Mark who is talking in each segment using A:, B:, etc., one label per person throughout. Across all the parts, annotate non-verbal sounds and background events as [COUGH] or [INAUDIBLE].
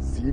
A: 時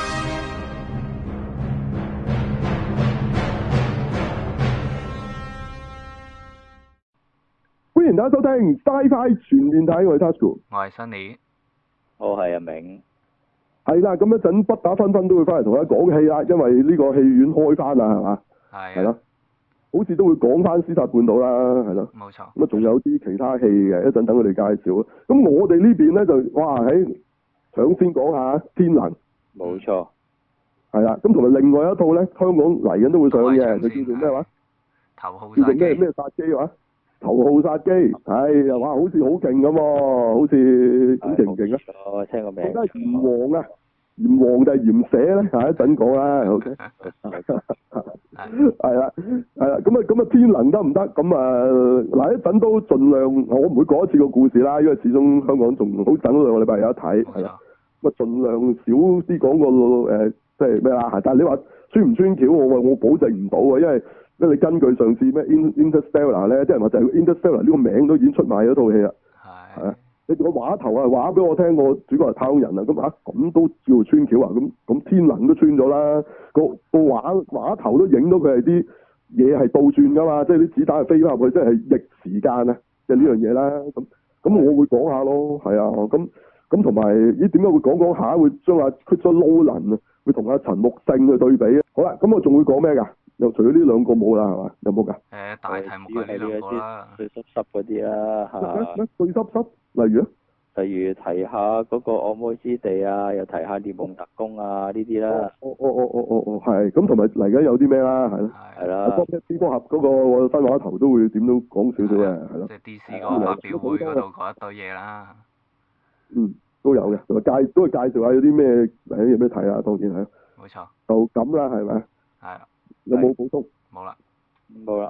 A: 歡迎大家收聽《Sci-Fi 全面睇》，我係 Tasuku。
B: 我係 Sunny，
C: 我係阿啊明，
A: 係啦，咁一陣不打分分都會翻嚟同大家講戲啦，因為呢個戲院開翻啦，係嘛？係
B: 係
A: 啦
B: 啊，，
A: 好似都會講翻《屍殺半島》啦，係咯。
B: 冇錯，
A: 咁啊，仲有啲其他戲嘅，一陣等佢哋介紹啊。咁我哋呢邊咧就哇喺搶先講下《天能》，
C: 冇錯，
A: 係啦。咁同埋另外一套咧，香港嚟緊都會上
B: 都係
A: 嘅，
B: 搶
A: 就
B: 先
A: 叫做咩話？
B: 頭號
A: 叫
B: 殺
A: 做咩
B: 機
A: 咩殺機話？頭號殺機，係啊！哇，好似好勁咁喎，好似好勁唔勁啊？
C: 啊！我聽個名，
A: 到底係炎黃啊？炎黃定係炎社咧？下一陣講啦，OK。
B: 係
A: 係啦，係啦，咁啊，咁啊，天能得唔得？咁啊，嗱，一陣都盡量，我唔會講一次個故事啦，因為始終香港仲好等兩個禮拜有得睇，
B: 冇
A: 係啦，
B: 錯，
A: 咁啊，盡量少啲講個誒，即係咩啦？但係你話穿唔穿橋，我我保證唔到啊，因為因為你根據上次咩 In- Interstellar 咧，即係話就係 Interstellar 呢個名都已經出賣咗套戲啦，係啊
B: 係。
A: 你個畫頭啊，畫俾我聽，我主角係太空人啊，咁啊咁都叫穿橋啊，咁咁天能都穿咗啦，個個畫畫頭都影到佢係啲嘢係倒轉噶嘛，即係啲子彈係飛翻入去，即係逆時間啊，即係呢樣嘢啦。咁咁我會講下咯，係啊，咁咁同埋咦點解會講講下會將阿 Christopher Nolan 啊，會同阿陳木勝去對比咧？好啦，咁我仲會講咩㗎？又除咗呢兩個冇啦，係嘛？有冇㗎？
B: 誒大題目係呢兩個啦，
C: 最濕濕嗰啲啦嚇，
A: 咩最濕濕，例如咧，
C: 例如提下嗰個惡魔之地啊，又提下獵夢特工啊呢啲啦，
A: 哦哦哦哦哦哦，係咁，同埋嚟緊有啲咩啦，係咯。
C: 係
B: 係
A: 啊，
C: 啦
A: 幫，咩蝙蝠俠嗰個我新畫頭都會點都講少少嘅，係咯，
B: 即係 DC 嗰個發表會嗰度嗰一堆嘢啦，
A: 嗯，都有嘅，同埋介都係介紹下有啲咩誒有咩睇啦，當然係，
B: 冇錯，
A: 就咁啦，係咪？
B: 係啦，
A: 有冇補充？
B: 冇啦，
C: 好啦，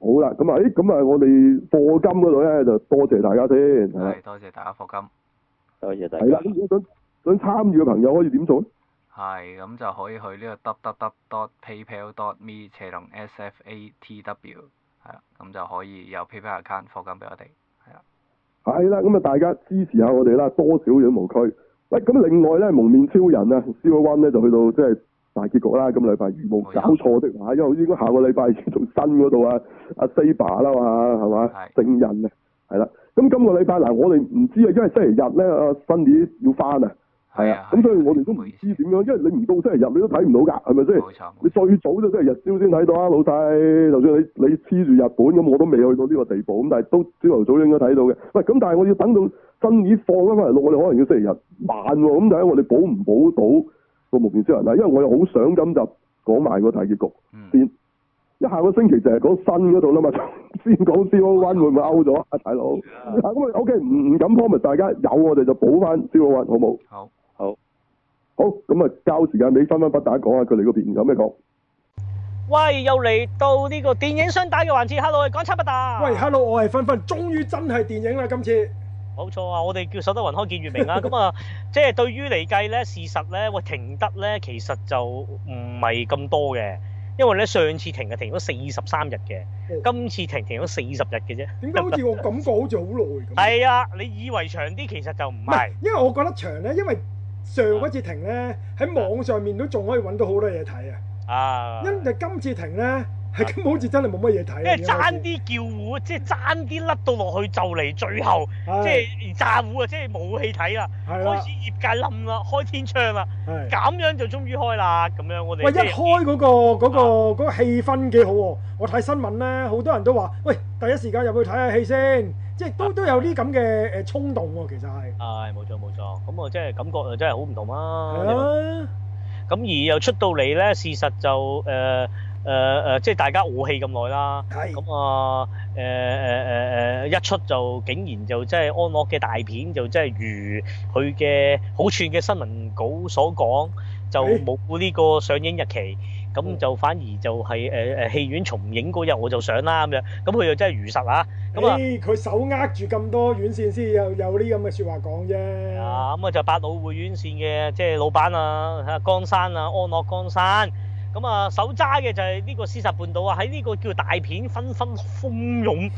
A: 好啦，咁啊，誒，咁啊，我哋課金嗰度咧就多謝大家先，係啦
B: 係，多謝大家課金，
C: 多謝大
A: 係啦，
C: 家，
A: 咁如果想想參與嘅朋友可以點做咧？
B: 係咁就可以去呢個 www.paypal.me 斜龍 SFATW 係啦，咁就可以有 PayPal account 課金俾我哋，係啦，
A: 係啦，咁啊，大家支持下我哋啦，多少嘢無區。喂，咁另外咧，蒙面超人啊，Zero One 咧就去到即係大結局啦。今禮拜如
B: 哦
A: 無搞錯的話，因為應該下個禮拜要做新嗰度啊，阿 Saber 啦嘛，係嘛
B: 係，
A: 正人啊，係啦。咁今個禮拜嗱，我哋唔知啊，因為星期日咧，阿 Sunny 要翻啊，
B: 係啊，
A: 咁所以我哋都
B: 唔
A: 唔
B: 好意思
A: 知點樣，因為你唔到星期日你都睇唔到㗎，係咪先？
B: 冇錯，
A: 你
B: 冇錯，
A: 最早就真係日朝先睇到啊，老細。就算你你黐住日本咁，我都未去到呢個地步，咁但係都朝頭早應該睇到嘅。喂，咁但係我要等到新年放翻翻嚟錄，我哋可能要星期日晚喎。咁睇下我哋補唔補到個無面超人啊？因為我又好想咁就講埋個大結局
B: 嗯，
A: 先。一下個星期就係講新嗰度啦嘛， [LAUGHS] 先講 C O One 會唔會 out 咗啊，大佬？
C: 嗯
A: 啊咁啊，OK，唔唔敢 promise 大家有我哋就補翻 C O One 好冇？
B: 好，
A: 好，咁啊交時間俾分分不打講下佢哋嗰邊有咩講。
D: 喂，又嚟到呢個電影雙打嘅環節，Hello，港產不打。
E: 喂，hello，我係芬芬，終於真係電影啦！今次
D: 冇錯啊，我哋叫守得雲開見月明
E: [LAUGHS]
D: 啦。咁啊，即係對於嚟計咧，事實咧，喂停得咧，其實就唔係咁多嘅，因為咧上次停啊停咗四十三日嘅，
E: 哦
D: 今次停停咗四十日嘅啫。
E: 點解好似我感覺好似好耐咁？
D: 係啊，你以為長啲，其實就唔
E: 唔係
D: 係。？
E: 因為我覺得長咧，因為上嗰次停咧喺網上面都仲可以揾到好多嘢睇啊，
D: 啊，
E: 因為今次停咧係根本好似真係冇乜嘢睇啊。
D: 因為爭啲叫糊，即係爭啲甩到落去就嚟最後，即
E: 係
D: 係炸糊啊，即係冇戲睇啦，
E: 係
D: 開
E: 啦
D: 始，業界冧啦，開天窗啦。
E: 係。
D: 咁樣就終於開啦，咁樣我哋
E: 喂，一
D: 即係啊
E: 開嗰個嗰個嗰個氣氛幾好喎！我睇新聞咧，好多人都話：喂，第一時間入去睇下戲先，即係
D: 啊
E: 都都有啲咁嘅誒衝動喎，其實係。
D: 係冇錯冇錯，咁啊即係感覺啊真係好唔同啊！你話
E: 係啊，
D: 咁而又出到嚟咧，事實就誒誒誒，即係大家餓氣咁耐啦。
E: 係。
D: 咁啊誒誒誒呃誒，一出就竟然就即係安樂嘅大片，就即係如佢嘅好串嘅新聞稿所講，就
E: 咦
D: 冇呢個上映日期。咁
E: 嗯
D: 就反而就係誒誒戲院重影嗰日我就上啦咁樣，咁佢又真係如實啊，咁啊。
E: 誒佢手握住咁多院線先有有呢咁嘅説話講啫。
D: 啊，咁啊就百老匯院線嘅即係老闆啊，啊江山啊，安樂江山。咁啊，手揸嘅就係呢個《屍殺半島》啊，喺呢個叫大片紛紛蜂擁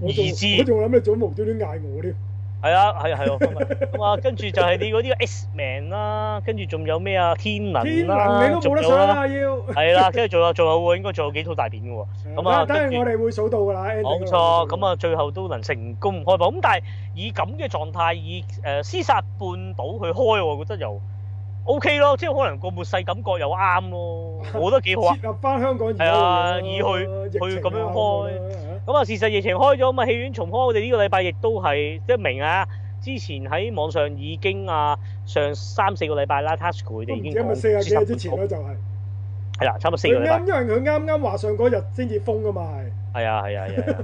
E: 我
D: 而
E: 仲
D: 至，
E: 我仲諗你早無端端嗌我添。
D: 係啊，係啊， [LAUGHS] 係啊，咁啊咁啊，跟住就係你嗰啲 X Man 啦，跟住仲有咩啊，天能
E: 天
D: 啦，
E: 能你都冇
D: 仲
E: 得
D: 有
E: 上
D: 啦，
E: 啊要。
D: 係啦，跟住仲有仲有喎，應該仲有幾套大片嘅喎。咁啊
E: 等
D: 跟住
E: 陣我哋會數到㗎啦。
D: 冇
E: ending
D: 錯，
E: 嗰度
D: 咁啊最後都能成功開播。咁但係以咁嘅狀態，以誒屍殺半島去開，我覺得又 O K 咯，即係可能個末世感覺又啱
E: [LAUGHS]
D: 咯，我覺得幾好啊。
E: 切入翻香港而
D: 係啊
E: 家會
D: 以去
E: 疫
D: 去咁
E: 情
D: 樣
E: 啊
D: 開
E: 樣啊
D: 咁啊，事實疫情開咗，咁啊戲院重開，我哋呢個禮拜亦都係即係明啊。之前喺網上已經啊上三四個禮拜啦，Tasco 佢
E: 都
D: 哋
E: 唔
D: 已
E: 知
D: 經
E: 係
D: 講
E: 咪四十幾日之
D: 屍
E: 前
D: 殺半
E: 咯，
D: 島
E: 就係
D: 係啦，差唔多四個
E: 佢
D: 禮拜
E: 啱，。因為佢啱啱話上嗰日先至封㗎嘛，係
D: 係啊係啊係啊，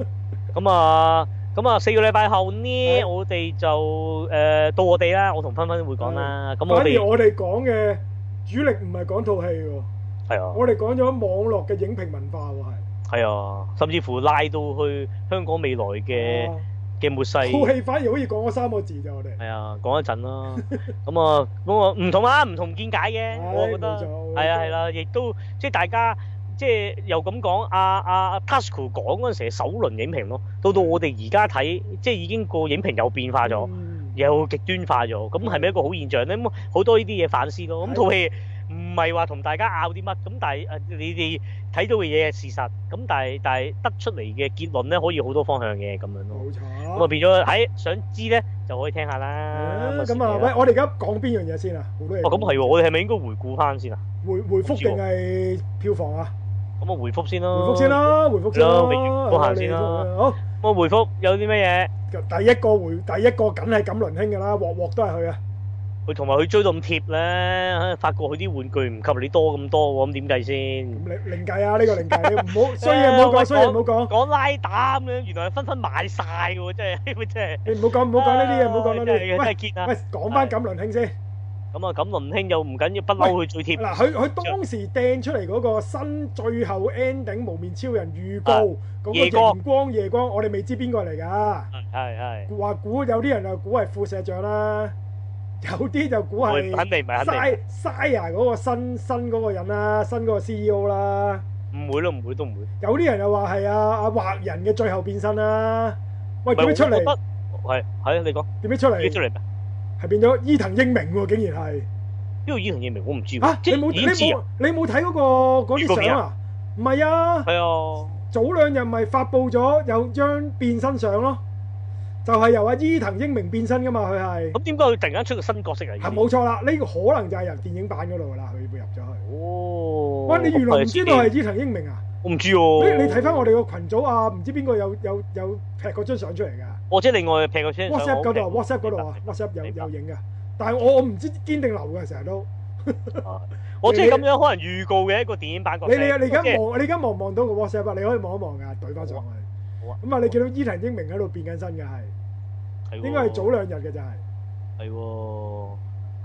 D: 咁啊咁啊四個禮拜後呢，
E: 係
D: 我哋就誒到我哋啦，我同芬芬會講啦。咁
E: 反
D: 我哋
E: 而我哋講嘅主力唔係講套戲喎，
D: 係啊
E: 我哋講咗網絡嘅影評文化喎，係
D: 係啊，甚至乎拉到去香港未來嘅
E: 啊
D: 嘅末世。
E: 套戲反而好似講咗三個字啫，我哋
D: 係啊，講一陣啦。咁啊，咁啊，唔同啊，唔同見解嘅，
E: 唉
D: 我覺得
E: 冇錯
D: 係啊，係啦，亦都即係大家即係又咁講，阿阿阿 Tasco 講嗰陣時係首輪影評咯，到到我哋而家睇，即係已經個影評又變化咗。
E: 嗯
D: 又極端化咗，咁係咪一個好現象咧？咁好多呢啲嘢反思咯。咁
E: 係
D: 套戲唔係話同大家拗啲乜，咁但係誒呃你哋睇到嘅嘢係事實，咁但係但係得出嚟嘅結論咧，可以好多方向嘅咁樣咯。
E: 冇錯。
D: 咁啊變咗喺想知咧就可以聽下啦。
E: 啊
D: 先
E: 咁啊，
D: 嚟啦
E: 喂，我哋而家講邊樣嘢先啊？好多嘢
D: 哦咁係喎，
E: 講
D: 我哋係咪應該回顧翻先啊？
E: 回回覆定係票房啊？
D: 咁啊回覆先
E: 回
D: 咯。
E: 覆先。啦，回覆先
D: 係
E: 啦，
D: 咯未完嗰下先啦
E: 我哋都好。
D: 咁啊回覆有啲乜嘢？
E: 第一個回第一個梗係錦麟兄㗎啦，鑊鑊都係佢啊！
D: 佢同埋佢追到咁貼咧，發覺佢啲玩具唔及你多咁多喎，咁點計先？
E: 咁另另計啊，呢個另計，你唔好衰嘢唔好講，衰嘢唔好講，
D: 講拉打咁樣，原來紛紛買晒喎，真係 [LAUGHS] 真係。
E: 你唔好講唔好講呢啲嘢，唔好講呢
D: 真
E: 啲
D: 係
E: 嘢。
D: 真係
E: 喂
D: 堅啊！
E: 喂，講翻錦麟兄先。
D: 咁啊，咁倫兄又唔緊要，不嬲佢最貼。
E: 嗱，佢佢當時掟出嚟嗰個新最後 ending 無面超人預告，嗰
D: 啊夜
E: 個
D: 光
E: 熒光夜光，我哋未知邊個嚟㗎。
D: 係係。
E: 話估有啲人就估係副社長啦， [LAUGHS] 有啲就估
D: 我
E: 係
D: 肯定唔係肯
E: Sai Saya 嗰個新新嗰個人啦，新嗰個 CEO 啦，
D: 定，唔會咯，唔會都唔會。
E: 有啲人又話係啊阿畫人嘅最後變身啦。喂，點
D: 我
E: 樣出
D: 覺
E: 嚟？
D: 得係係啊，你講
E: 點樣出
D: 你出嚟
E: 嚟？
D: 咩？呢
E: 係變咗伊藤英明喎，竟然係
D: 個伊藤英明我唔知
E: 嚇
D: 喎，
E: 你
D: 即
E: 冇
D: 係
E: 你
D: 已經知啊
E: 冇。你冇睇嗰個嗰
D: 預告
E: 啲
D: 片
E: 相
D: 啊
E: 啊？唔係啊，
D: 係啊，
E: 早兩日咪發布咗有張變身相咯，就係由阿伊藤英明變身噶嘛，佢係
D: 咁點解佢突然間出個新角色啊？已經
E: 係冇錯啦，呢個可能就係由電影版嗰度啦，佢會入咗去。
D: 哦。
E: 喂，你原來唔知道
D: 我
E: 係伊藤英明啊？
D: 唔知
E: 你
D: 喎。
E: 你睇翻我哋個群組啊，唔知邊個有有有劈嗰張相出嚟㗎
D: 我即係另外劈個車上
E: ？WhatsApp 嗰度啊
D: 我
E: ，WhatsApp 嗰度啊
D: 明白
E: ，WhatsApp 有
D: 明白
E: 有影㗎，但係我我唔知堅定流㗎，成日都。
D: 我即係咁樣，可能預告嘅一個電影版角
E: 你
D: 色。
E: 你你而
D: 即係
E: 家望你而家望唔望到個 WhatsApp 啊？你可以望一望㗎，懟翻上去。
D: 好啊
E: 咁啊，你見到伊藤英明喺度變緊身㗎，係
D: 係喎
E: 應該係早兩日嘅就係。
D: 係喎，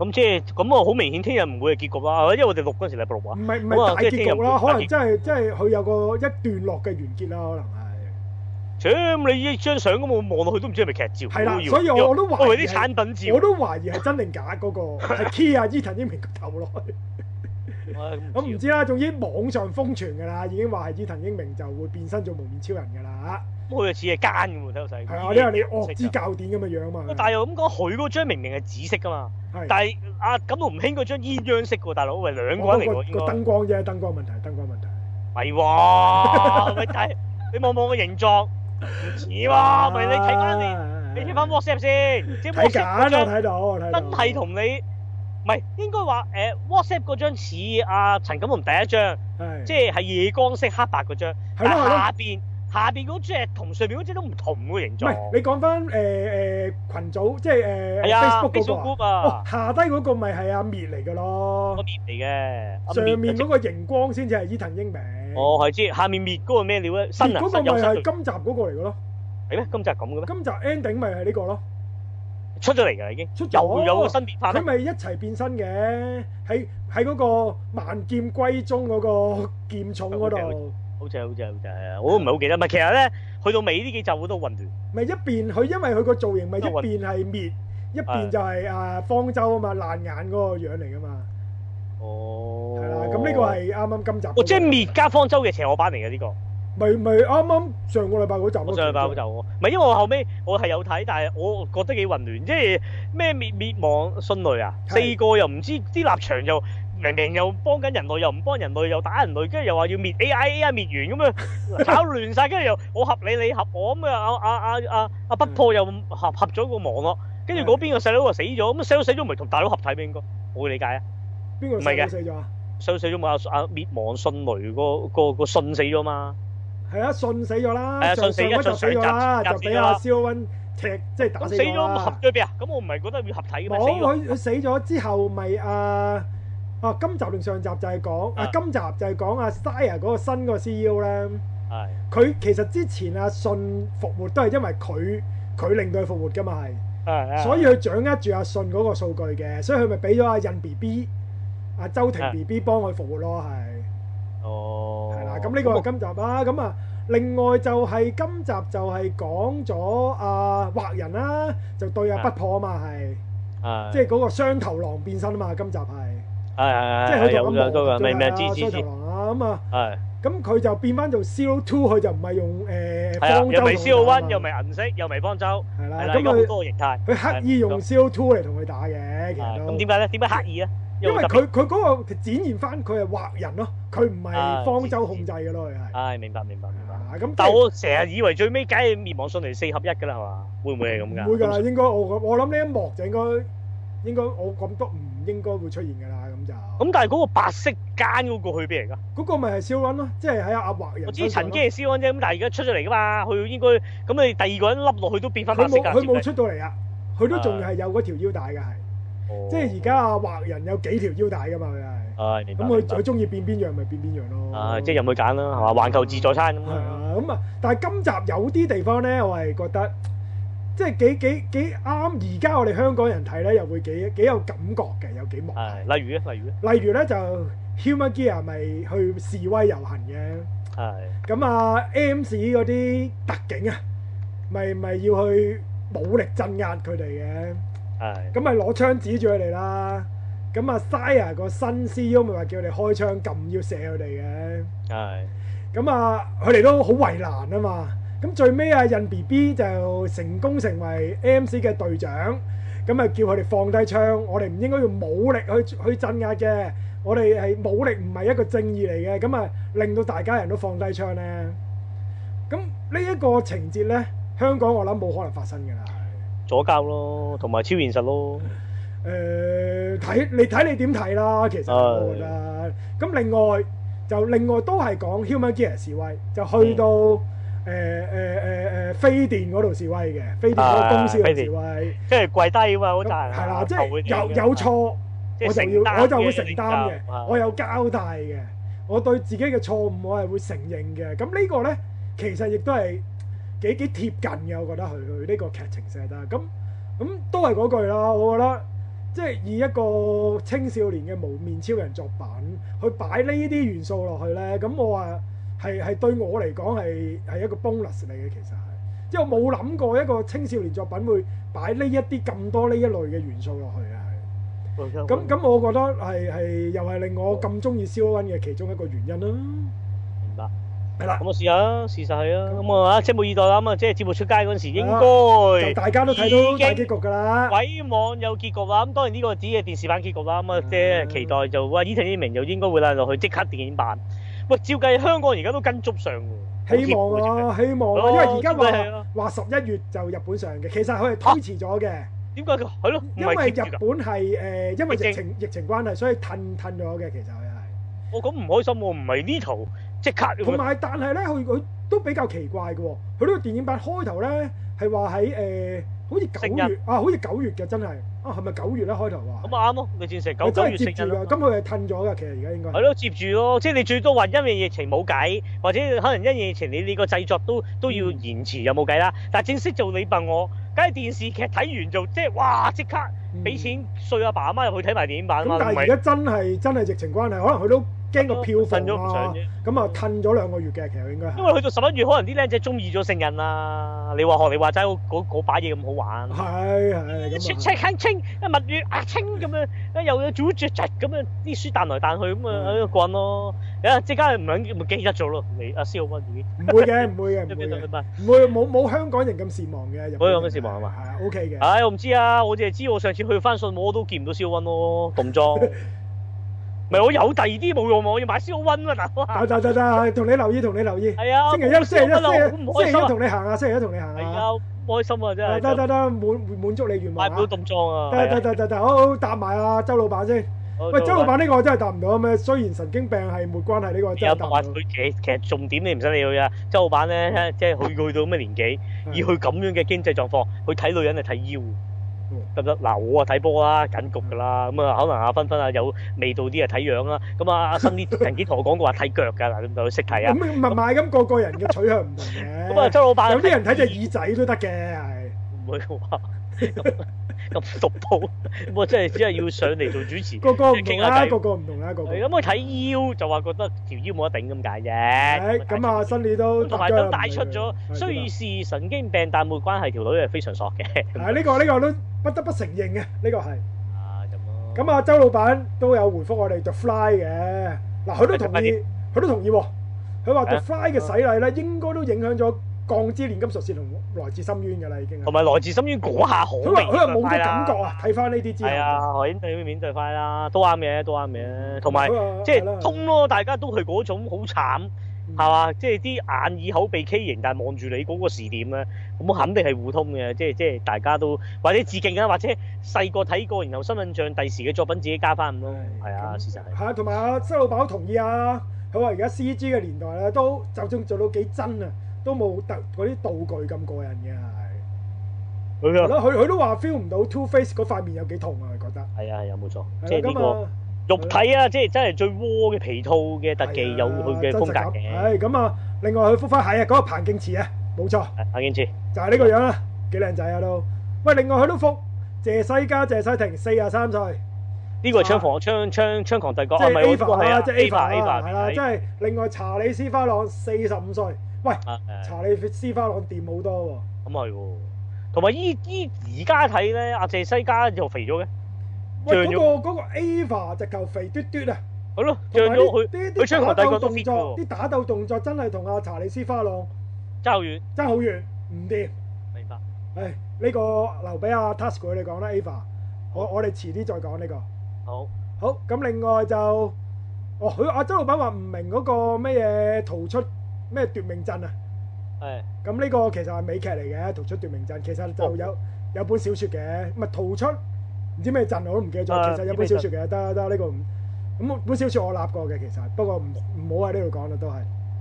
D: 咁即係咁啊，好明顯聽日唔會係結局啦，因為我哋錄嗰陣時禮拜六啊，
E: 唔係唔
D: 好啊
E: 係大結
D: 即係聽日
E: 局
D: 唔會
E: 啦，
D: 大
E: 可能
D: 結
E: 真係真係佢有個一段落嘅完結啦，
D: 切你一張相咁我望落去都唔知係咪劇照，
E: 可能
D: 都
E: 係。係啦，
D: 要
E: 所以我我都
D: 我以
E: 懷
D: 為
E: 疑
D: 啲
E: 係，
D: 產品照，
E: 我都懷疑係真定假
D: [LAUGHS]
E: 嗰個係 key 啊伊藤英明個頭落去。
D: 我
E: 咁唔知啦，總之網上瘋傳㗎啦，已經話係伊藤英明就會變身做無面超人
D: [LAUGHS]
E: 㗎啦。
D: 咁佢就似係奸嘅喎，睇到細
E: 係啊，因為你惡之教典咁嘅樣嘛。
D: 但係又咁講，佢嗰張明明係紫色噶嘛，
E: 係
D: 但係啊阿錦龍興嗰張鴛鴦色嘅喎，大佬喂兩個
E: 我
D: 人嚟
E: 個
D: 喎，應
E: 個
D: 該
E: 燈光啫，燈光問題，燈光問題。
D: 係喎，喂但係你望望個形狀
E: [LAUGHS]
D: 唔似喎，啊咪你睇翻你
E: 你
D: 你睇翻 WhatsApp 先，即係
E: 睇緊
D: WhatsApp 嗰張
E: 我。睇到我睇到。
D: 真係同你唔係應該話誒、WhatsApp 嗰張似阿陳錦龍第一張，
E: 係
D: 即係係夜光色黑白嗰張，
E: 嗯係
D: 但
E: 咯係咯
D: 下邊下邊嗰隻同上面嗰隻都唔同嘅形
E: 唔係
D: 狀。
E: 你講翻誒誒群組，即係誒
D: 係啊
E: Facebook 嗰個啊。
D: group
E: 哦
D: 啊，，
E: 下低嗰個咪係阿滅嚟嘅
D: 個
E: 咯，
D: 面嚟嘅，
E: 上面
D: 嗰
E: 嗰個熒光先至係伊藤英明。
D: 哦係知，下面滅嗰個咩料咧？新啊，
E: 嗰個
D: 新有
E: 咪
D: 新係
E: 係今集嗰個嚟嘅咯，
D: 咩？今集係咁嘅咩？
E: 今集 ending 咪係呢個咯，
D: 出咗嚟㗎啦已經，
E: 出咗
D: 又有個新變化
E: 佢
D: 啦。
E: 啊咪一齊變身嘅，喺喺嗰個萬劍歸宗嗰個 [LAUGHS] 劍重嗰度，
D: 好似係好似係好似係啊，我都唔係好記得。唔係其實咧，去到尾呢幾集我都混亂。
E: 咪一邊佢因為佢個造型咪一邊係滅，一邊就係啊方舟啊嘛爛眼嗰個樣嚟噶嘛，
D: 哦
E: 係啦，咁呢個係啱啱今集嗰個，
D: 我即係滅家方舟嘅邪惡版嚟嘅呢個。
E: 咪咪啱啱上個禮拜嗰集咯，
D: 我上禮拜好就我，唔係因為我後尾我係有睇，但係我覺得幾混亂，即係咩滅滅亡迅雷啊，四
E: 係
D: 個又唔知啲立場又明明又幫緊人類，又唔幫人類，又打人類，跟住又話要滅 AI AI 滅完
E: [LAUGHS]
D: 咁樣，搞亂晒，跟住又我合你你合我咁啊啊啊啊啊不破又
E: 嗯
D: 合合咗個網咯，跟住嗰邊個細佬又死咗，咁啊細佬死咗唔係同大佬合體咩應該？我會理解啊，
E: 邊個
D: 唔係嘅
E: 死死咗啊？
D: 細佬死咗咪啊啊滅亡迅雷個個個信死咗嘛？
E: 係啊，信死咗啦，
D: 係啊信
E: 上
D: 死
E: 上一集
D: 一
E: 死
D: 信
E: 咗
D: 上
E: 啦，就
D: 集
E: 俾阿肖温踢即係打
D: 咁
E: 死
D: 死咗
E: 咗哦
D: 咁合
E: 啦。
D: 咗去邊啊？咁我唔係覺得要合體嘅咩？死咗。
E: 冇佢佢死咗之後，咪啊啊今集定上集就係講啊
D: 啊
E: 今集就係講阿 Saya 嗰個新嗰個 CEO 咧，
D: 係。
E: 佢其實之前阿信復活都係因為佢佢令到佢復活噶嘛係，
D: 啊
E: 所以佢掌握住阿信嗰個數據嘅，所以佢咪俾咗阿印 B B 阿周庭
D: 啊
E: B B 幫佢復活咯係。
D: 哦，
E: 係啦，咁呢個係今集啦。咁啊，另外就係今集就係講咗啊畫人啦，就對啊
D: 啊
E: 不破啊嘛，係
D: 係
E: 即係嗰個雙頭狼變身啊嘛，今集係
D: 係
E: 即係
D: 啊係係
E: 佢同
D: 有
E: 阿
D: 嘅都
E: 魔
D: 嘅，明明
E: 合作
D: 知
E: 啊雙
D: 知知
E: 頭狼啊咁啊，
D: 係
E: 咁佢就變翻做 Zero Two，佢就唔係用誒
D: 係啊，
E: 方舟
D: 又咪
E: 同
D: 燒
E: 佢打啊嘛
D: 温，又咪銀色，又咪方舟，
E: 係啦
D: 係，啦，
E: 咁
D: 有好
E: 佢
D: 多形態。
E: 佢刻意用 Zero Two 嚟同佢打嘅，其實
D: 係
E: 都
D: 咁點解咧？點解刻意咧？
E: 因為
D: 為特別
E: 佢佢嗰個展現翻佢係畫人咯，佢唔係
D: 啊
E: 方
D: 知
E: 舟
D: 知
E: 控制嘅咯，佢係
D: 唉，明白明白明白。
E: 啊咁
D: 但
E: 即係
D: 我成日以為最尾梗係滅亡迅雷四合一㗎啦，係嘛？會唔會係咁㗎？
E: 唔會㗎啦，應該我我諗呢一幕就應該應該我咁都唔應該會出現㗎啦，咁就
D: 咁但係嗰個白色間嗰個去邊嚟㗎？
E: 嗰個咪係肖恩咯，即係喺阿畫人
D: 我知
E: 身
D: 曾
E: 上咯
D: 經係燒温啫，咁但係而家出咗嚟㗎嘛，佢應該咁你第二個人笠落去都變翻白
E: 佢
D: 色
E: 冇
D: 㗎。
E: 佢冇
D: 接
E: 出到嚟啊，佢都仲係有嗰條腰帶㗎，係
D: 近
E: 即係而家阿畫人有幾條腰帶㗎嘛，佢係
D: 係哦明白。
E: 咁佢
D: 明白
E: 佢中意變邊樣咪變邊樣咯，
D: 啊，即係任佢揀啦，係嘛？環球自助餐咁
E: 係
D: 樣。
E: 啊，咁啊，但係今集有啲地方咧，我係覺得即係幾幾幾啱而家我哋香港人睇咧，又會幾幾有感覺嘅，有幾幕係。
D: 係，例如咧，例如咧，
E: 例如咧就 Human Gear 咪去示威遊行嘅，
D: 係
E: 咁啊 M 市嗰啲特警啊，咪咪要去武力鎮壓佢哋嘅，
D: 係
E: 咁咪攞槍指住佢哋啦。咁啊 Saya 個新 CEO 咪話叫佢哋開槍撳要射佢哋嘅，
D: 係
E: 咁啊佢哋都好為難啊嘛。咁最尾啊印 B B 就成功成為 M 市嘅隊長，咁啊叫佢哋放低槍，我哋唔應該用武力去去鎮壓嘅。我哋係武力唔係一個正義嚟嘅，咁啊令到大家人都放低槍咧。咁呢一個情節咧，香港我諗冇可能發生㗎啦。
D: 左交咯，同埋超現實咯。
E: 誒、呃睇你睇你點睇啦，其實
D: 唉
E: 我覺得。咁另外就另外都係講 human gear 示威，就去
D: 嗯
E: 到呃誒誒誒誒呃飛電嗰度示威嘅，飛電
D: 啊
E: 嗰個公司嗰度示威。
D: 跟住跪低啊嘛，嗰
E: 咁
D: 陣
E: 係啦，即
D: 頭會
E: 係
D: 點
E: 有
D: 嘅
E: 有錯。
D: 即係
E: 我就
D: 承擔
E: 要我就會承
D: 嘅
E: 擔
D: 承擔
E: 嘅，我有交代嘅，我對自己嘅錯誤我係會承認嘅。咁呢個呢，其實亦都係幾幾貼近嘅，我覺得佢佢呢個劇情寫得咁咁都係嗰句啦。我覺得即係以一個青少年嘅無面超人作品去擺呢啲元素落去呢，咁我話係係對我嚟講係係一個 bonus 嚟嘅，其實係。即係我冇諗過一個青少年作品會擺呢一啲咁多呢一類嘅元素落去啊，係。咁咁，我覺得係係又係令我咁中意肖恩嘅其中一個原因啦。
D: 明白。
E: 係啦
D: 咁，我試下啊，事實係啊，咁啊，拭目以待啦。咁啊，即係節目出街嗰陣時，應該
E: 啊就大家都睇到大結局㗎啦。
D: 鬼網有結局啦。咁當然呢個只係電視版結局啦。咁啊，即係
E: 嗯
D: 期待就哇，伊藤英明就應該會拉落去即刻電影版。喂，照計香港而家都跟足上喎，
E: 希望
D: 好貼喎照計
E: 啊，希望啊，
D: 哦
E: 因為而家
D: 真係
E: 話
D: 啊
E: 話十一月就日本上嘅，其實佢係推遲咗嘅，
D: 點解佢係咯？唔
E: 因
D: 係
E: 為
D: 貼
E: 日
D: 住㗎
E: 本係誒因為疫
D: 疫
E: 情疫情關係，所以褪褪咗嘅其實佢係。
D: 我哦咁唔開心喎，唔係呢圖即刻咁樣
E: 同埋但 ờ, 係咧，佢佢都比較奇怪嘅喎，佢呢個電影版開頭咧係話喺誒好似九
D: 聖
E: 月啊，好似九月嘅真係啊，係咪九月咧？開頭話
D: 咁啊啱咯，你戰成九
E: 係真
D: 九
E: 係
D: 月
E: 接
D: 聖
E: 住
D: 日
E: 㗎，
D: 咯。
E: 咁佢係褪咗㗎，其實而家應該
D: 係咯，接住咯，即係你最多話因為疫情冇計，或者可能因為疫情你你個製作都
E: 嗯
D: 都要延遲又冇計啦。但係正式做你問我，梗係電視劇睇完就即係哇即刻俾
E: 嗯
D: 錢碎阿爸阿媽入去睇埋電影版啊嘛，
E: 咁
D: 唔
E: 但係而
D: 係
E: 家真係真係疫情關係，可能佢都驚個票
D: 褪咗唔
E: 房
D: 上
E: 啊
D: 啫，
E: 咁啊褪咗兩個月嘅，其實應該係
D: 因為去到十一月可能啲僆仔中意咗聖人啦。你話學你話齋嗰嗰嗰把嘢咁好玩。
E: 係係
D: 切
E: 咁
D: 切
E: 啊
D: 輕清，蜜月啊清咁樣，又有煮著窒咁樣，啲書彈來彈去咁
E: 嗯
D: 啊，喺度棍咯。啊，即刻唔肯唔記得咗咯，你阿蕭温已經。
E: 唔會嘅，唔
D: [LAUGHS]
E: 會嘅，唔會嘅，
D: 唉
E: 唔會冇冇香港人咁善忘嘅，日本人
D: 冇香港善忘係嘛
E: 係啊，OK 嘅。，
D: 我唔知啊，我淨係知我上次去翻信我都見唔到蕭温咯，動
E: [LAUGHS]
D: 裝。唔係我有第二啲冇用喎，我要買蕭温啊大佬啊。
E: 得得得得，同你留意，同你留意。
D: 係啊，
E: 星期一、星期一、星期
D: 我好唔
E: 一
D: 開
E: 星
D: 心
E: 期一
D: 啊。
E: 同你行啊，星期一同你行
D: 係
E: 啊。
D: 啊，唔開心啊真係。
E: 得得得，滿滿足你願
D: 買
E: 望
D: 唔到
E: 啊。
D: 動裝啊。
E: 得得得得得，好好答埋啊，周老闆先。喂，周老闆呢個我真係答唔到啊咩？雖然神經病係沒關係，呢個我真
D: 有
E: 係答唔
D: 話
E: 到。
D: 佢其其實重點你唔使理佢啊，周老闆咧即係佢去到咩年紀，以佢咁樣嘅經濟狀況，佢睇女人係睇腰
E: 嗯。
D: 得唔得？嗱，我啊睇波啦，緊局㗎啦，咁啊可能阿芬芬啊有味道啲啊睇樣啦，咁啊阿新
E: [LAUGHS]
D: 啲人幾同我講過話睇腳㗎，嗱你咪識睇啊。
E: 咁唔係咁個個人嘅取向唔同嘅。
D: 咁啊周老闆
E: 嗯有啲人睇隻耳仔都得嘅，係。
D: 唔會話咁咁獨步，咁啊真係只係要上嚟做主持。
E: 個個唔同
D: 傾下
E: 啦，
D: 偈
E: 個個唔同啦，個個。
D: 係咁佢睇腰就話覺得條腰冇得頂咁解啫。
E: 係咁啊，新年都
D: 同埋都帶出咗，
E: 啊
D: 雖是神經病，但冇關係，條女係非常索嘅。
E: 啊係呢個呢個都不得不承認嘅，呢個係。
D: 啊咁咯。
E: 咁啊，周老闆都有回覆我哋 The Fly 嘅，嗱佢都同意，佢都同意喎。佢話
D: 啊
E: The Fly 嘅洗禮咧，應該都影響咗鋼之煉金術士同來自深淵嘅啦，已經係啊
D: 同。埋來自深淵嗰下好
E: 佢話
D: 明
E: 佢話冇咗
D: 顯
E: 感覺
D: 啦
E: 啊！睇翻呢啲之後，
D: 係啊，海對面對快啦，都啱嘅，都啱嘅。同埋
E: 佢話
D: 即係
E: 啦
D: 通咯，大家都係嗰種好慘，
E: 嗯
D: 係嘛？即係啲眼耳口鼻畸形，但係望住你嗰個視點咧，咁肯定係互通嘅。即係即係大家都或者致敬啊，或者細個睇過，然後新印象，第時嘅作品自己加翻咁咯。係啊，事實係。
E: 係啊，同埋阿周老闆都同意啊。佢話而家 C G 嘅年代咧，都就算做到幾真啊，都冇特嗰啲道具咁過癮嘅係。
D: 係
E: 係。咯，佢佢都話 feel 唔到 Two Face 嗰塊面有幾痛啊，佢覺得。
D: 係啊係啊，冇錯，即
E: 係
D: 係呢
E: 啦咁
D: 個
E: 啊
D: 肉體啊，即係真係最窩嘅皮套嘅特技有佢嘅風
E: 係
D: 格
E: 啊真實感
D: 嘅。
E: 係咁啊，另外佢復翻係啊，嗰個彭敬慈啊，冇錯，
D: 係阿堅志。
E: 就係呢個樣啦，幾靚仔啊都。喂，另外佢都復謝西家謝西婷四廿三歲，
D: 呢個係槍房槍槍槍狂帝國
E: 即
D: 啊，唔
E: 係
D: 係我
E: Ava
D: 係
E: 啦，
D: 啊
E: 即係 Ava 啦，係啦，
D: Ava
E: 即係另外查理斯花朗四十五歲，喂，
D: 啊誒
E: 查理斯花朗掂好多
D: 咁係喎。同埋依依而家睇咧，阿謝西加就肥咗嘅，
E: 喎。喂，
D: 脹
E: 嗰
D: 咗
E: 個嗰個 Ava 直頭肥嘟嘟啊，
D: 係咯，
E: 同
D: 漲
E: 埋
D: 咗
E: 啲
D: 佢，
E: 啲
D: 佢槍
E: 啲
D: 狂
E: 打
D: 帝
E: 鬥
D: 國都
E: 動
D: fit
E: 作，
D: 喎，
E: 啲打鬥動作真係同阿查理斯花朗
D: 爭好遠。
E: 爭好遠，唔掂。
D: 明白。
E: 唉，呢、個留俾阿 Task 佢哋講啦，Ava。我我哋遲啲再講呢、
D: 好，
E: 個。好，咁另外就，哦，佢阿周老闆話唔明嗰個咩嘢逃出咩奪命鎮啊。
D: 誒
E: 咁呢個其實係美劇嚟嘅，《逃出奪命鎮》其實
D: 哦
E: 就有、有本小説嘅，唔係逃出唔知咩鎮我都唔記得
D: 啊
E: 咗。其實有本小説嘅，得得呢個唔咁本小説我立過嘅，其實不過唔唔好喺呢度講啦，都係。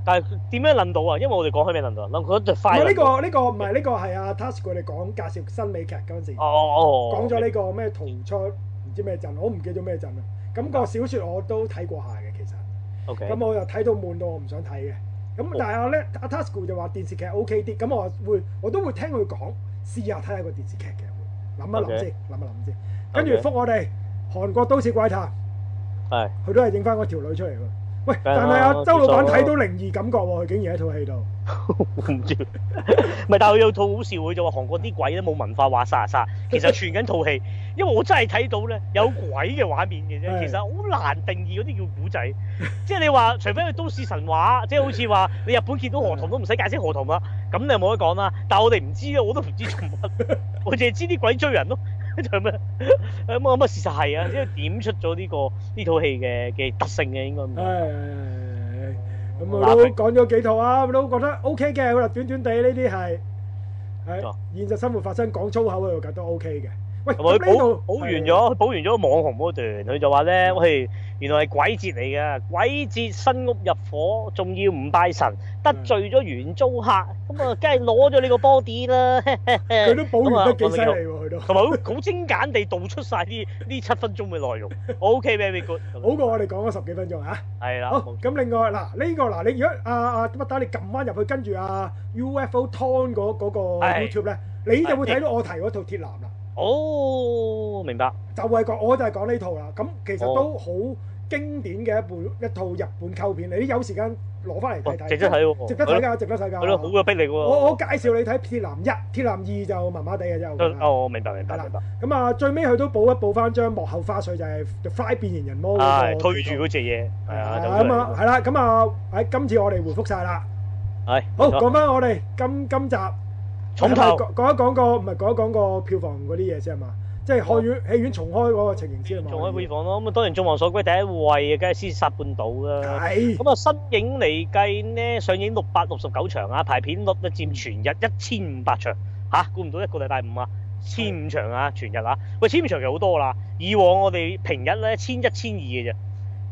D: 但係點樣諗到啊？因為我哋講開咩諗到啊？諗佢對
E: 唔
D: 快。
E: 係呢個呢、個唔係呢個係阿 Task 佢哋講介紹新美劇嗰陣時。
D: 哦哦哦。
E: 講咗呢個咩逃出唔知咩陣，我唔記得咗咩陣啦。咁、
D: 啊
E: 個小説我都睇過下嘅，其實
D: 哦 OK。
E: 咁我又睇到悶到我唔想睇嘅。咁但係咧，阿 Tasco 就話電視劇 OK 啲，咁我會我都會聽佢講，試下睇下個電視劇嘅，會諗一諗
D: OK
E: 先，諗一諗先。跟
D: OK
E: 住覆我哋韓國都市怪談，
D: 係
E: 佢都係影翻嗰條女出嚟喎。喂，
D: 梗係
E: 但係
D: 啦
E: 阿周老
D: 接
E: 闆
D: 受啦
E: 睇到靈異感覺喎，佢竟然喺套戲度。
D: 我唔知。 [LAUGHS] 唔係，但係佢有套好笑，佢就話韓國啲鬼咧冇文化話殺就殺，其實傳緊套戲。因為我真係睇到咧有鬼嘅畫面嘅啫，
E: 係
D: 其實好難定義嗰啲叫古仔。即係你話， [LAUGHS] 除非佢都市神話，即係好似話你日本見到河童都唔使解釋河童啦，咁你又冇得講啦。但係我哋唔知啊，我都唔知做乜，我淨係知啲鬼追人咯。 [LAUGHS] 就係咩？咁咁啊，事實係啊，即係點出咗呢個呢套戲嘅嘅特性嘅應該咁
E: 唉
D: 講。
E: 咁我都講咗幾套啊，都覺得 OK 嘅。佢話短短地呢啲係
D: 錯
E: 係現實生活發生講粗口嗰度都 OK 嘅。喂，
D: 同埋
E: 咁
D: 佢
E: 呢
D: 補
E: 度
D: 補完
E: 係啊
D: 咗，佢補完咗網紅嗰段，佢就話咧：，喂，原來係鬼節嚟嘅，鬼節新屋入伙，仲要唔拜神，得
E: 嗯
D: 罪咗原租客，咁啊， [LAUGHS] 梗係攞咗你個 body 啦。
E: 佢都保
D: 咁啊
E: 完得幾犀利
D: 我咪
E: 喎，佢都
D: 同埋好好精簡地道出晒呢呢七分鐘嘅內
E: [LAUGHS]
D: 容。OK，very good。
E: 好過我哋講咗十幾分鐘啊！
D: 係啦，
E: 好，
D: 冇錯
E: 咁另外嗱呢個嗱，你如果啊啊乜打你撳翻入去，跟住啊 UFO Ton 嗰嗰個
D: 係
E: YouTube 咧，你就會睇到我提嗰套鐵男啦。
D: 哦，明白。
E: 就係講我就係講呢套啦。咁其實
D: 哦
E: 都好經典嘅一部一套日本溝片，你有時間攞翻嚟睇
D: 哦
E: 睇，
D: 值得睇喎，
E: 值得睇㗎，值得睇
D: 係咯，好
E: 㗎。
D: 嘅逼力喎。
E: 我我介紹你睇《鐵男一》，《鐵男二》就麻麻地嘅啫。我覺得
D: 哦，我明白明白
E: 係啦
D: 明白。
E: 咁啊，最尾佢都補一補翻張幕後花絮，就係 The Fly 變形人魔嗰
D: 係
E: 個
D: 推住嗰只嘢，係啊，走出
E: 咁啊，
D: 嚟。
E: 係啦，咁啊，喺今次我哋回覆晒啦。
D: 係
E: 好，
D: 冇錯
E: 講翻我哋今今集
D: 重頭
E: 講講一講個唔係講一講個票房嗰啲嘢先係嘛？即係戲院戲院重開嗰個情形先係嘛？
D: 仲可以回放咯。咁啊，當然眾望所歸，第一位啊，梗係先殺半島啦。
E: 係
D: 咁啊，新影嚟計呢，上映六百六十九場啊，排片率咧佔全日一千五百場嚇，估唔到一個禮拜五啊，千五場啊，全日啊，喂，千五場其實好多啦。以往我哋平日咧千一千二嘅啫，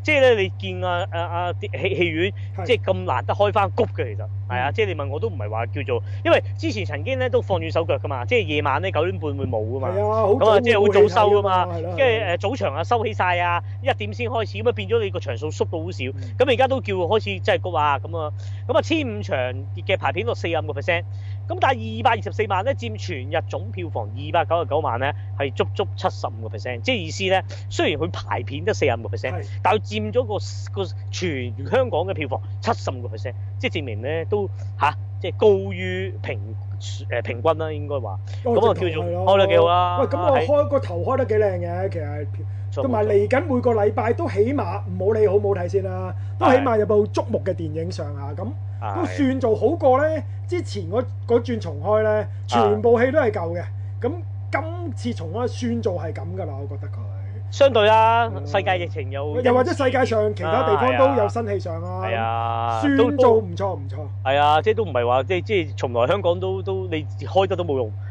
D: 即係咧你見啊啊啊啲戲戲院
E: 係
D: 即係咁難得開翻谷嘅其實係啊，
E: 嗯
D: 即係你問我都唔係話叫做，因為之前曾經咧都放軟手腳噶嘛，即係夜晚咧九點半會冇噶嘛。
E: 係啊，好
D: 咁啊，即係好早收噶嘛，跟
E: 係啦
D: 住誒早場啊收起晒啊，一點先開始，咁啊變咗你個場數縮到好少，
E: 嗯
D: 咁而家都叫開始即係谷啊咁啊，咁啊千五場嘅排片率四十五個 percent，咁但係二百二十四萬咧佔全日總票房二百九十九萬咧係足足七十五個 percent，即係意思咧雖然佢排片得四十五個 percent。
E: 係
D: 但佢佔咗個個全香港嘅票房七十五個 percent，即係證明咧都吓，即係高於平誒、平均啦，應該話。咁啊叫
E: 我直頭
D: 做
E: 係咯
D: 開得幾好啊
E: 喂，咁我
D: 係
E: 開個頭開得幾靚嘅，其實
D: 同
E: 同埋嚟緊每個禮拜都起碼唔好理好唔好睇先啦，都起碼有部矚目嘅電影上下咁。都算做好過咧。之前嗰嗰轉重開
D: 啊
E: 咧，全部戲都係舊嘅。咁今次重開算做係咁噶啦，我覺得佢。
D: 相對啦，
E: 嗯
D: 世界疫情又
E: 又或者世界上其他地方都有
D: 新
E: 新戲上啊，
D: 係啊，
E: 算
D: 都
E: 做
D: 都
E: 唔錯唔錯。
D: 係啊，即係都唔係話即係即係從來香港都都你開得都冇用， [LAUGHS]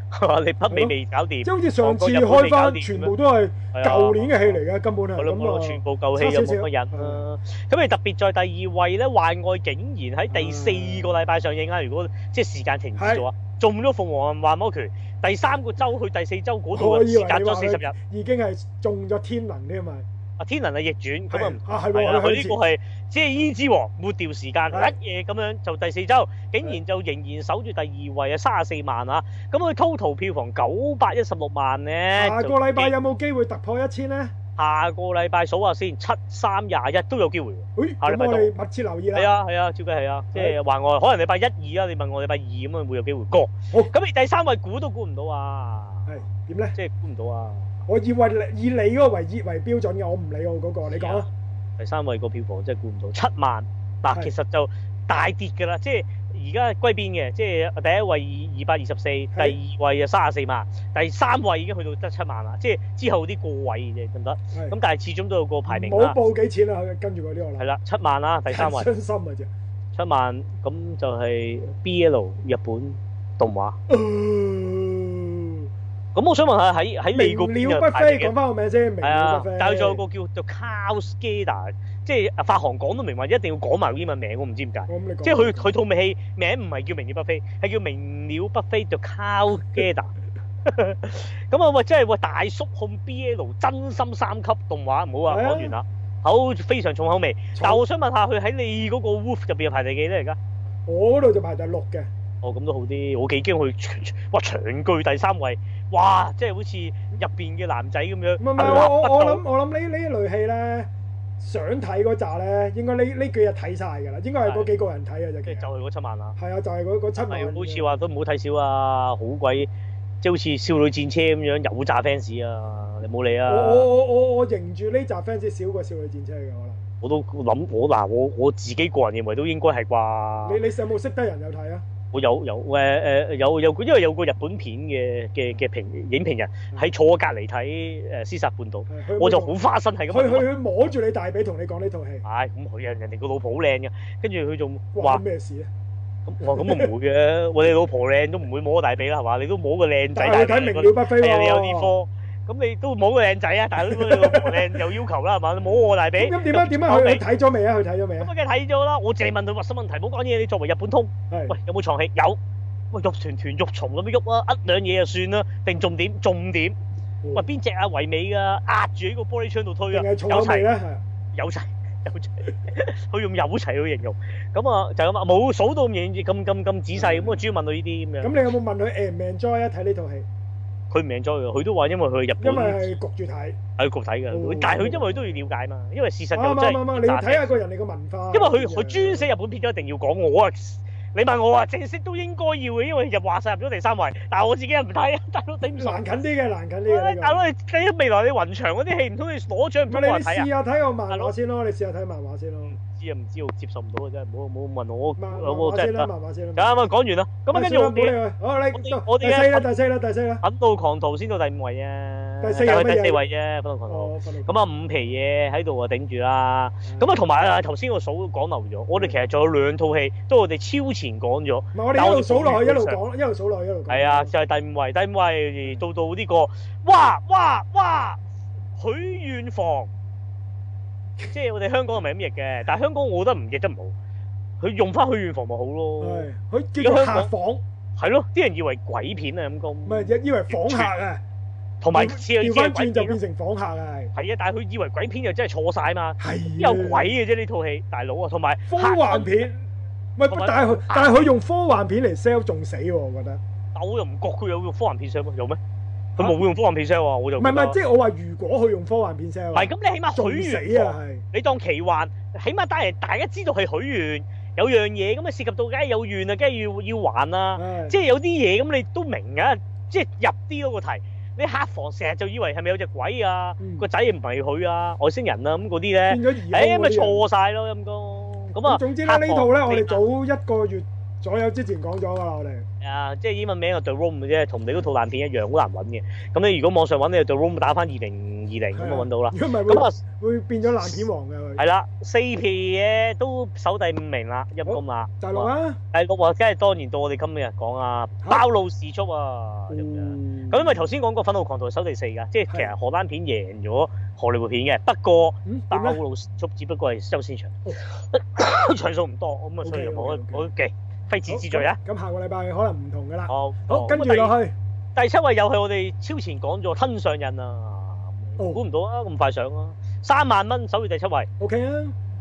D: 你北美未搞掂
E: 即，係好似上次
D: 韓國日本
E: 開
D: 未搞
E: 翻，
D: 掂
E: 全部都係
D: 係啊
E: 舊年嘅戲嚟嘅，根本係
D: 我諗我全
E: 咁啊。
D: 部舊戲又冇乜人
E: 差少
D: 啦。咁你特別在第二位咧，《幻愛》竟然喺第四個禮拜上映啦。如果即係時間停止咗啊，中咗《鳳凰幻魔拳》第三個週去第四週嗰度啊，
E: 我以
D: 時
E: 為
D: 間
E: 你
D: 咗
E: 話
D: 四十日
E: 佢。已經係中咗天能添嘛，
D: 啊，天能係逆轉咁啊唔
E: 啊
D: 係
E: 係喎，
D: 啦，
E: 我
D: 佢呢
E: 哋向前
D: 個係即係胭脂王抹掉時間，
E: 係
D: 一夜咁樣就第四週，竟然就仍然守住第二位啊，三十四萬啊！咁佢 total 票房九百一十六萬咧，
E: 下
D: 就
E: 個禮拜有冇機會突破一千咧？
D: 下個禮拜數下先，七三廿一都有機會喎。
E: 誒，
D: 下禮拜
E: 咁我哋密切留意
D: 係
E: 啦。
D: 啊係啊，照計係啊，即係話我可能禮拜一二啊，你問我禮拜二咁啊會有機會過。
E: 好
D: 咁你第三位估都估唔到啊，
E: 係點咧？
D: 即係估唔到啊！
E: 我以為你以你嗰個為為標準嘅，我唔理我嗰、個，你講啊啦。
D: 第三位個票房真係估唔到，七萬嗱，
E: 係
D: 其實就大跌㗎啦，即係而家歸邊嘅，即係第一位二百二十四，第二位啊三十四萬，第三位已經去到得七萬啦，即係之後啲個位嘅啫，得唔得？
E: 係
D: 咁但係始終都有個排名
E: 唔好
D: 啦，
E: 報幾錢啦，跟住佢呢個
D: 係
E: 啦。
D: 啦，七萬啦，第三位
E: 真心嘅啫。
D: 七萬，咁就係 BL 日本動畫。
E: 呃
D: 咁我想問下喺喺你嗰
E: 明
D: 邊
E: 了
D: 有
E: 不
D: 排
E: 菲，
D: 名
E: 講
D: 嘅？
E: 翻個名先，明
D: 係啊
E: 了不菲。，
D: 但係仲有個叫做 Cowskader，即係啊發行講都明話一定要講埋個英文名，我唔知點解。
E: 我咁你講。
D: 即係佢佢套戲名唔係叫《明了不菲》，係叫《明了不菲》就 Cowgader。咁啊喂，真係喂大叔控 BL 真心三級動畫，唔好話
E: 係啊
D: 講完啦，口非常重口味。但係我想問下佢喺你嗰個 Wolf 入邊排第幾咧？而家
E: 我嗰度就排第六嘅，
D: 哦咁都好啲，我幾驚佢 [LAUGHS] 哇長居第三位，哇！即係好似入邊嘅男仔咁樣，
E: 唔係唔係，我我我諗我諗呢呢一類戲咧，想睇嗰扎咧，應該呢呢幾日睇晒㗎啦，應該係嗰幾個人睇嘅啫。
D: 即
E: 其
D: 係就
E: 實
D: 係嗰七萬啦。
E: 係啊，就係嗰嗰七萬
D: 係
E: 嘅。
D: 好似話都唔好睇少啊，好鬼即係好似少女戰車咁樣有炸 fans 啊！你冇理啊！
E: 我我我我我認住呢扎 fans 少過少女戰車嘅可能。
D: 我都諗我嗱，我我自己個人認為都應該係
E: 你
D: 啩。
E: 你有冇識得人有睇啊？
D: 我有有誒誒、呃有有個因為有個日本片嘅嘅嘅評影評人喺坐我隔離睇誒《屍殺半島》，
E: 係嗯佢
D: 我就
E: 冇
D: 好花心係咁
E: 佢
D: 問
E: 佢
D: 我。
E: 佢摸住你大髀同你講呢套戲，
D: 唉，咁佢人人哋個老婆好靚嘅，跟住佢仲
E: 關
D: 話
E: 咩事咧？
D: 咁我話咁唔會嘅，我哋老婆靚都唔會摸大髀啦，係嘛？你都摸個靚仔
E: 但係
D: 大
E: 佢睇
D: 髀
E: 明
D: 過
E: 了不菲
D: 係啊，你有
E: 喎，
D: 啲科。咁你都冇個靚仔啊，大佬你老婆靚有要求啦，係嘛？你冇我大髀，
E: 咁點啊？點啊？
D: 口
E: 佢佢
D: 味
E: 睇咗未啊？佢睇咗未
D: 咁啊，
E: 啊？
D: 梗係睇咗啦。我淨係問佢核心問題，冇講嘢。你作為日本通，
E: 係
D: 喂有冇床戲？有。喂，肉團團肉蟲咁樣喐啊，呃兩嘢就算啦。定重點重點，
E: 嗯
D: 喂邊只啊唯美啊，壓住喺個玻璃窗度推
E: 定
D: 啊，
E: 係
D: 有
E: 重口味
D: 齊
E: 咧？係
D: 有齊 [LAUGHS] 有齊，佢用有齊去形容。咁啊就咁啊，冇數到咁認咁咁咁仔細。咁我啊主要問佢呢啲咁
E: 嗯咁
D: 樣。
E: 你有冇問佢 enjoy 唔 enjoy 啊？睇呢套戲，
D: 佢唔 enjoy 嘅，佢都話因為佢去日
E: 因
D: 本
E: 為係焗住睇。
D: 喺局睇嘅
E: 哦，
D: 但係佢因為佢都要了解嘛，因為事實
E: 啱
D: 就真係
E: 啱啱啱，你要睇下個人哋個文化。
D: 因為佢佢專寫日本片都一定要講我啊！你問我啊，正式都應該要嘅，因為入話晒入咗第三位，但係我自己又唔睇 [LAUGHS] 啊，大佬頂唔順。
E: 難近啲嘅，難近啲嘅
D: 喂
E: 呢
D: 大
E: 個。
D: 佬你你未來你雲長嗰啲戲唔通你攞獎唔
E: 唔
D: 通
E: 係
D: 冇人睇
E: 你試
D: 啊？
E: 下睇個漫畫先咯，你試下睇漫畫先咯。
D: 知啊唔知我接受唔到啊真係，唔好唔好問我，
E: 漫漫
D: 我我
E: 畫
D: 真
E: 先
D: 係
E: 啦，
D: 得。
E: 漫畫先
D: 就
E: 啦。
D: 啱啱講完啦，咁啊跟住
E: 算
D: 我
E: 啦唔好理
D: 哋
E: 佢好啦，
D: 我我
E: 第
D: 哋嘅
E: 四啦，第四啦，第四啦。
D: 粉到狂徒先到第五位啊，
E: 第四
D: 但
E: 係
D: 係
E: 乜嘢
D: 第四位啫，粉到狂徒。
E: 哦，分到
D: 咁啊五皮嘢喺度啊頂住啦。咁啊，同埋啊，頭先個數講漏咗，我哋其實仲有兩套戲都我哋超前講咗，
E: 唔係我哋一路數落去，一路講，一路數落去，一路講。
D: 係啊，就係第五位，第五位到到呢個，哇哇哇，許願房，即係我哋香港係咪咁譯
E: [LAUGHS]
D: 嘅？但係香港我覺得唔譯得唔好，佢用翻許願房咪好咯，
E: 係，佢叫做客房，唔
D: 係咯，啲人以為鬼片啊咁講，
E: 係以為房客啊，
D: 同埋似係
E: 調
D: 似係
E: 翻
D: 鬼
E: 轉就
D: 片咯
E: 變，成房客啊，係
D: 係啊，但係佢以為鬼片又真係錯晒嘛，
E: 係。
D: 有鬼嘅啫呢套戲，大佬啊，同埋
E: 科幻片，唔係，
D: 同埋
E: 但係佢但係佢用科幻片嚟 sell 仲死喎，我覺得。
D: 但我又唔覺佢有用科幻片 sell 咩？有咩？佢冇用科幻片 sell 啊！我就覺
E: 唔
D: 得
E: 係唔係，即係我話如果佢用科幻片 sell，
D: 唔係咁，你起
E: 仲
D: 碼許
E: 死
D: 願
E: 啊
D: 房，
E: 係。
D: 你當奇幻，起碼帶人大家知道係許願有樣嘢咁啊，涉及到梗係有願啊，梗係要要還啦。
E: 唉
D: 即係有啲嘢咁你都明㗎，即係入啲嗰個題。你客房成日就以為係咪有隻鬼啊
E: 嗯？
D: 個仔唔係佢啊，外星人啊咁嗰啲咧 [LAUGHS]
E: 變，咗
D: 誒
E: 疑兇
D: 咪
E: 嗰啲人
D: 錯晒咯陰公。咁啊，
E: 咁總之咧，呢套咧
D: 客房
E: 我哋
D: 你
E: 早一個月左右之前講咗噶啦，我哋
D: 啊，即係英文名就 The Room 嘅啫，同你嗰套爛片一樣，好難揾嘅。咁你如果網上揾，你就 The Room 打翻二零二零咁啊揾到啦。
E: 如果唔係
D: 咁
E: 會
D: 啊
E: 會變咗爛片王嘅佢。
D: 係啦，四皮嘢都守第五名啦，陰公啦。
E: 大陸啊，
D: 第六啊，梗係當然到我哋今日講啊，包路士速啊
E: 嗯
D: 咁樣。咁因為頭先講過《憤怒狂徒》係守第四㗎，即係其實荷蘭片贏咗荷里活片嘅，不過
E: 嗯
D: 包
E: 點咧？哦
D: 路士速只不過係優先場， [COUGHS] 場數唔多，咁啊所以就冇
E: OK，OK，OK
D: 冇記非
E: 好
D: 戰之罪啊。！
E: 咁咁下個禮拜可能唔同噶啦。
D: 好，
E: 好，跟
D: 咁啊
E: 住
D: 第
E: 落去
D: 第七位又係我哋超前講咗吞上癮啊，
E: 哦
D: 估唔到啊咁快上啊，三萬蚊守住第七位，
E: ，OK 啊，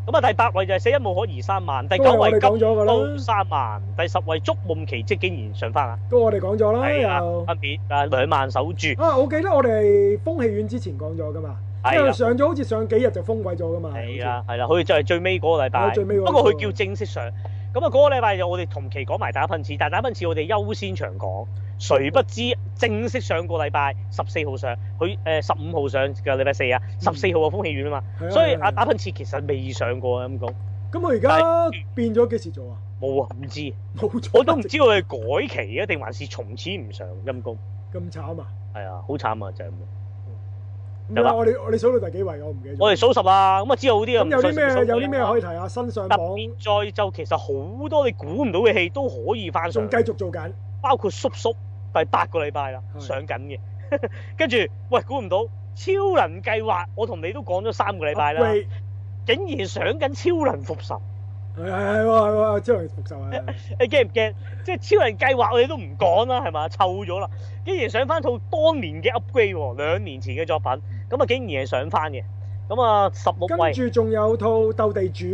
D: 咁啊第八位就係死因無可疑三萬，第
E: 都
D: 九
E: 係我
D: 位
E: 哋講
D: 金
E: 咗噶
D: 都
E: 啦，
D: 三萬，第十位捉夢奇蹟竟然上翻啊，
E: 都我哋講咗啦
D: 係啊
E: 又，。
D: 分別啊兩萬守住，
E: 啊，我記得我哋封戲院之前講咗噶嘛，
D: 係
E: 因為
D: 啦
E: 上咗好似上幾日就封鬼咗噶嘛。
D: 係
E: 好
D: 啦係啦，佢就係最尾嗰個禮拜，
E: 啊係最尾嗰個
D: 不過佢叫正式上，咁啊嗰個禮拜就我哋同期講埋打噴嚏，但打噴嚏我哋優先長講。誰不知正式上個禮拜十四號上，佢誒十五號上嘅禮拜四啊，十四號啊風戲院啊嘛，
E: 嗯似係啊
D: 所以
E: 係啊
D: 阿打噴嚏其實未上過啊，咁講
E: 咁佢而家變咗幾時做啊？
D: 冇啊，唔知
E: 冇咗，
D: 我都唔知佢係改期啊，定還是從此唔上陰公。
E: 咁慘啊！
D: 係啊，好慘啊，就係咁。
E: 唔
D: 有
E: 係
D: 啦
E: 我哋我哋數到第幾位我唔記得咗。
D: 我哋數十啊，咁啊知道好啲啊。
E: 咁有啲
D: 唔信
E: 咩有
D: 數
E: 啲咩可以提下？新上
D: 特
E: 榜
D: 別再就其實好多你估唔到嘅戲都可以翻上
E: 仲繼，續做緊，
D: 包括叔叔第八個禮拜啦
E: 係
D: 上緊嘅， [LAUGHS] 跟住喂估唔到超能計劃，我同你都講咗三個禮拜啦，
E: 喂，
D: 竟然上緊超能復仇。
E: 係係係喎係喎，超人復仇啊！
D: 你驚唔驚？即係超人計劃，我哋都唔講啦，係嘛？臭咗啦，竟然上翻套當年嘅 upgrade 喎，兩年前嘅作品，咁啊竟然係上翻嘅。咁啊，十六
E: 跟
D: 位
E: 住仲有套鬥地主，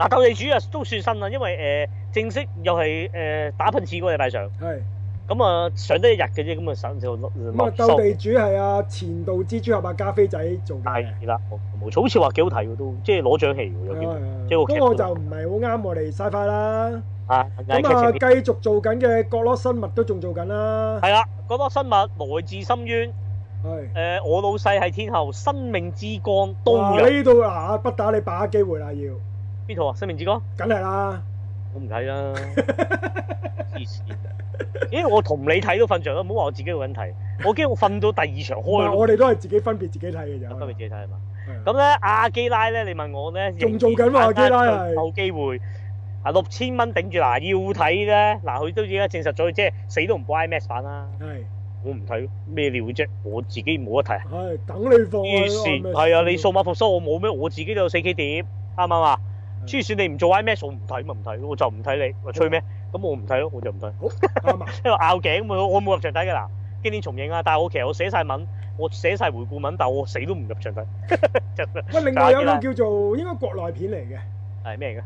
D: 嗱鬥地主啊都算新啦，因為誒、呃正式又係誒、呃打噴嚏嗰個禮拜上，
E: 係
D: 咁啊上得一日嘅啫，咁啊上就落
E: 咁啊
D: 落
E: 鬥
D: 收
E: 地主係啊前度蜘蛛俠啊加菲仔做嘅，
D: 係啦，冇錯，好似話幾好睇喎，都即係攞獎戲啊喎，有機會即係個劇
E: 咁我就唔係好啱我哋 sci-fi 啦。
D: 啊，係劇
E: 咁啊
D: 情片
E: 繼續做緊嘅角落生物都仲做緊啦，
D: 係啦，嗰多生物來自深淵，誒、呃
E: 係。
D: 我老細係天后，生命之光都
E: 哇
D: 有
E: 呢度啊，不打你把握機會啦，要
D: 邊套啊？生命之光。
E: 梗係啦，
D: 我唔睇
E: [LAUGHS]
D: 啦，黐線！因為我同你睇都瞓着啦，唔好話我自己去揾睇，我驚我瞓到第二場
E: 唔係
D: 開
E: 我
D: 咯，
E: 哋都係自己分別自己睇嘅
D: 咁咪自
E: 啫。
D: 己睇係嘛？
E: 係
D: 咁咧，阿基拉咧，你問我咧，
E: 仲做緊喎阿基拉係
D: 有機會啊，六千蚊頂住嗱，要睇咧嗱，佢都而家證實咗，即係死都唔播 IMAX 版啦。
E: 係
D: 我唔睇咯咩料啫，我自己冇得睇。
E: 唉，等你放
D: 黐線，係啊！你數碼復甦我冇咩，我自己都有四 K 碟，啱唔啱啊？
E: 嗯
D: 黐線，你唔做 IMAX 我唔睇咪唔睇咯，我就唔睇你，我吹咩？咁我唔睇咯，我就唔睇。
E: 好
D: [LAUGHS]
E: 啱啊！
D: 因為拗頸咁我冇入場睇㗎啦，經典重映啊！但係我其實我寫晒文，我寫晒回顧文，但我死都唔入場睇。 [LAUGHS] 真係
E: 喂，另外
D: 打
E: 有
D: 機啦
E: 套叫做應該國內片嚟嘅，
D: 係咩嚟㗎？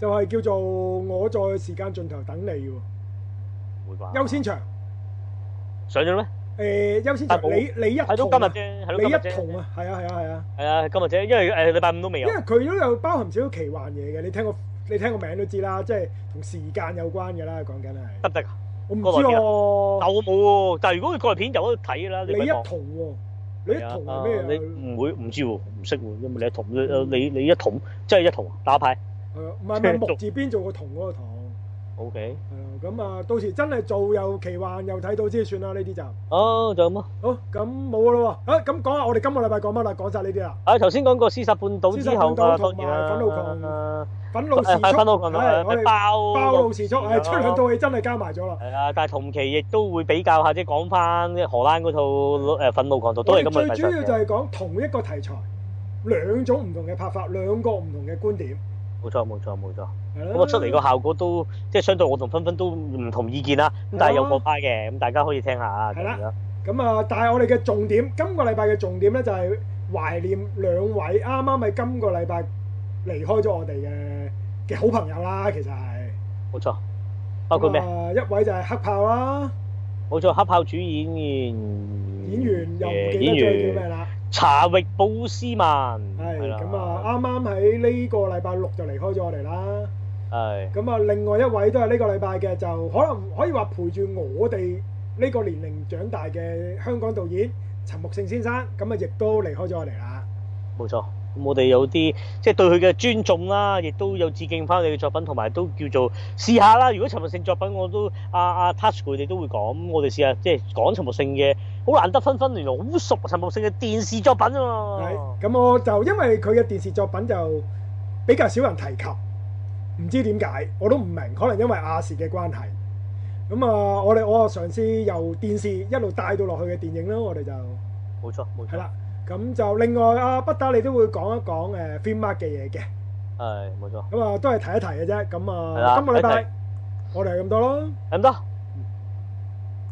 E: 就係叫做我在時間盡頭等你喎，
D: 唔會啩？
E: 優先場
D: 上咗啦咩？
E: 誒優先場
D: 但，冇
E: 李李一
D: 係
E: 桐
D: 到
E: 啊，
D: 今日啫，係
E: 李一
D: 到今日啫。
E: 桐啊，係啊係啊係啊，
D: 係啊，今日啫，因為誒禮拜五都未
E: 因
D: 有
E: 為。佢都有包含少少奇幻嘢嘅，你聽個你聽個名都知啦，即係同時間有關嘅啦，講
D: 得
E: 緊係，
D: 唔得㗎？
E: 我唔
D: 國內
E: 知
D: 片啊
E: 喎，
D: 但我冇喎，但係如果佢國內片有得睇㗎啦，你
E: 李
D: 咪
E: 一
D: 望。
E: 桐喎，李一桐係咩啊？
D: 你唔會唔知喎，唔識喎，因為你一桶，你你一桶，即係一桶打牌。
E: 係啊唔係唔係木字邊做個桐嗰個桐。
D: O K，
E: 係啦，咁啊，到時真係做又奇幻又睇到先算啦，呢啲就
D: 哦，就咁咯。
E: 好咁冇噶啦喎。啊，咁講下我哋今個禮拜講乜啦？講晒呢啲啦，
D: 啊，頭先講過屍殺半島之後啊，當然啦，
E: 憤怒時速，
D: 誒，翻到群
E: 係
D: 啊，
E: 我哋
D: 包啊
E: 暴露時速，係出兩。套戲真係加埋咗啦。
D: 係啊，但係同期亦都會比較下，即係講翻荷蘭嗰套誒憤怒狂徒都
E: 我
D: 係
E: 哋
D: 咁嘅
E: 最
D: 題
E: 主要就
D: 材嘅，
E: 係講同一個題材，兩種唔同嘅拍法，兩個唔同嘅觀點，
D: 冇錯冇錯冇錯。
E: 係啦。
D: 咁啊出嚟個效果都即係相對我同芬芬都唔同意見啦，咁但係有個派嘅，咁大家可以聽下啊。
E: 係啦咁啊，但係我哋嘅重點，今個禮拜嘅重點咧就係懷念兩位啱啱喺今個禮拜離開咗我哋嘅嘅好朋友啦，其實係。
D: 冇錯，包括咩？
E: 咁啊一位就係黑豹啦，
D: 冇錯，黑豹主演演
E: 演員又唔
D: 誒
E: 記得咗
D: 演
E: 叫咩
D: 員
E: 啦。
D: 查域布斯曼
E: 係
D: 啦
E: 咁啊，啱啱喺呢個禮拜六就離開咗我哋啦。
D: 係
E: 咁啊，另外一位都係呢個禮拜嘅，就可能可以話陪住我哋呢個年齡長大嘅香港導演陳木勝先生，咁啊亦都離開咗我哋啦。
D: 冇錯。咁我哋有啲即係對佢嘅尊重啦，亦都有致敬翻佢嘅作品，同埋都叫做試下啦。如果陳木勝作品我都啊啊 touch 佢哋都會講，咁我哋試下即係講陳木勝嘅，好難得分分原來好熟陳木勝嘅電視作品啊
E: 係
D: 嘛。
E: 咁我就因為佢嘅電視作品就比較少人提及，唔知點解，我都唔明，可能因為亞視嘅關係。咁啊，我哋我啊嘗試由電視一路帶到落去嘅電影啦，我哋就係
D: 冇錯冇錯，
E: 啦。咁就另外啊，不打你都會講一講誒 film mark 嘅嘢嘅，
D: 係冇錯。
E: 咁啊都係提一提嘅啫。咁
D: 係啦
E: 啊，今個禮
D: 提一
E: 拜我哋係咁多咯，
D: 咁多，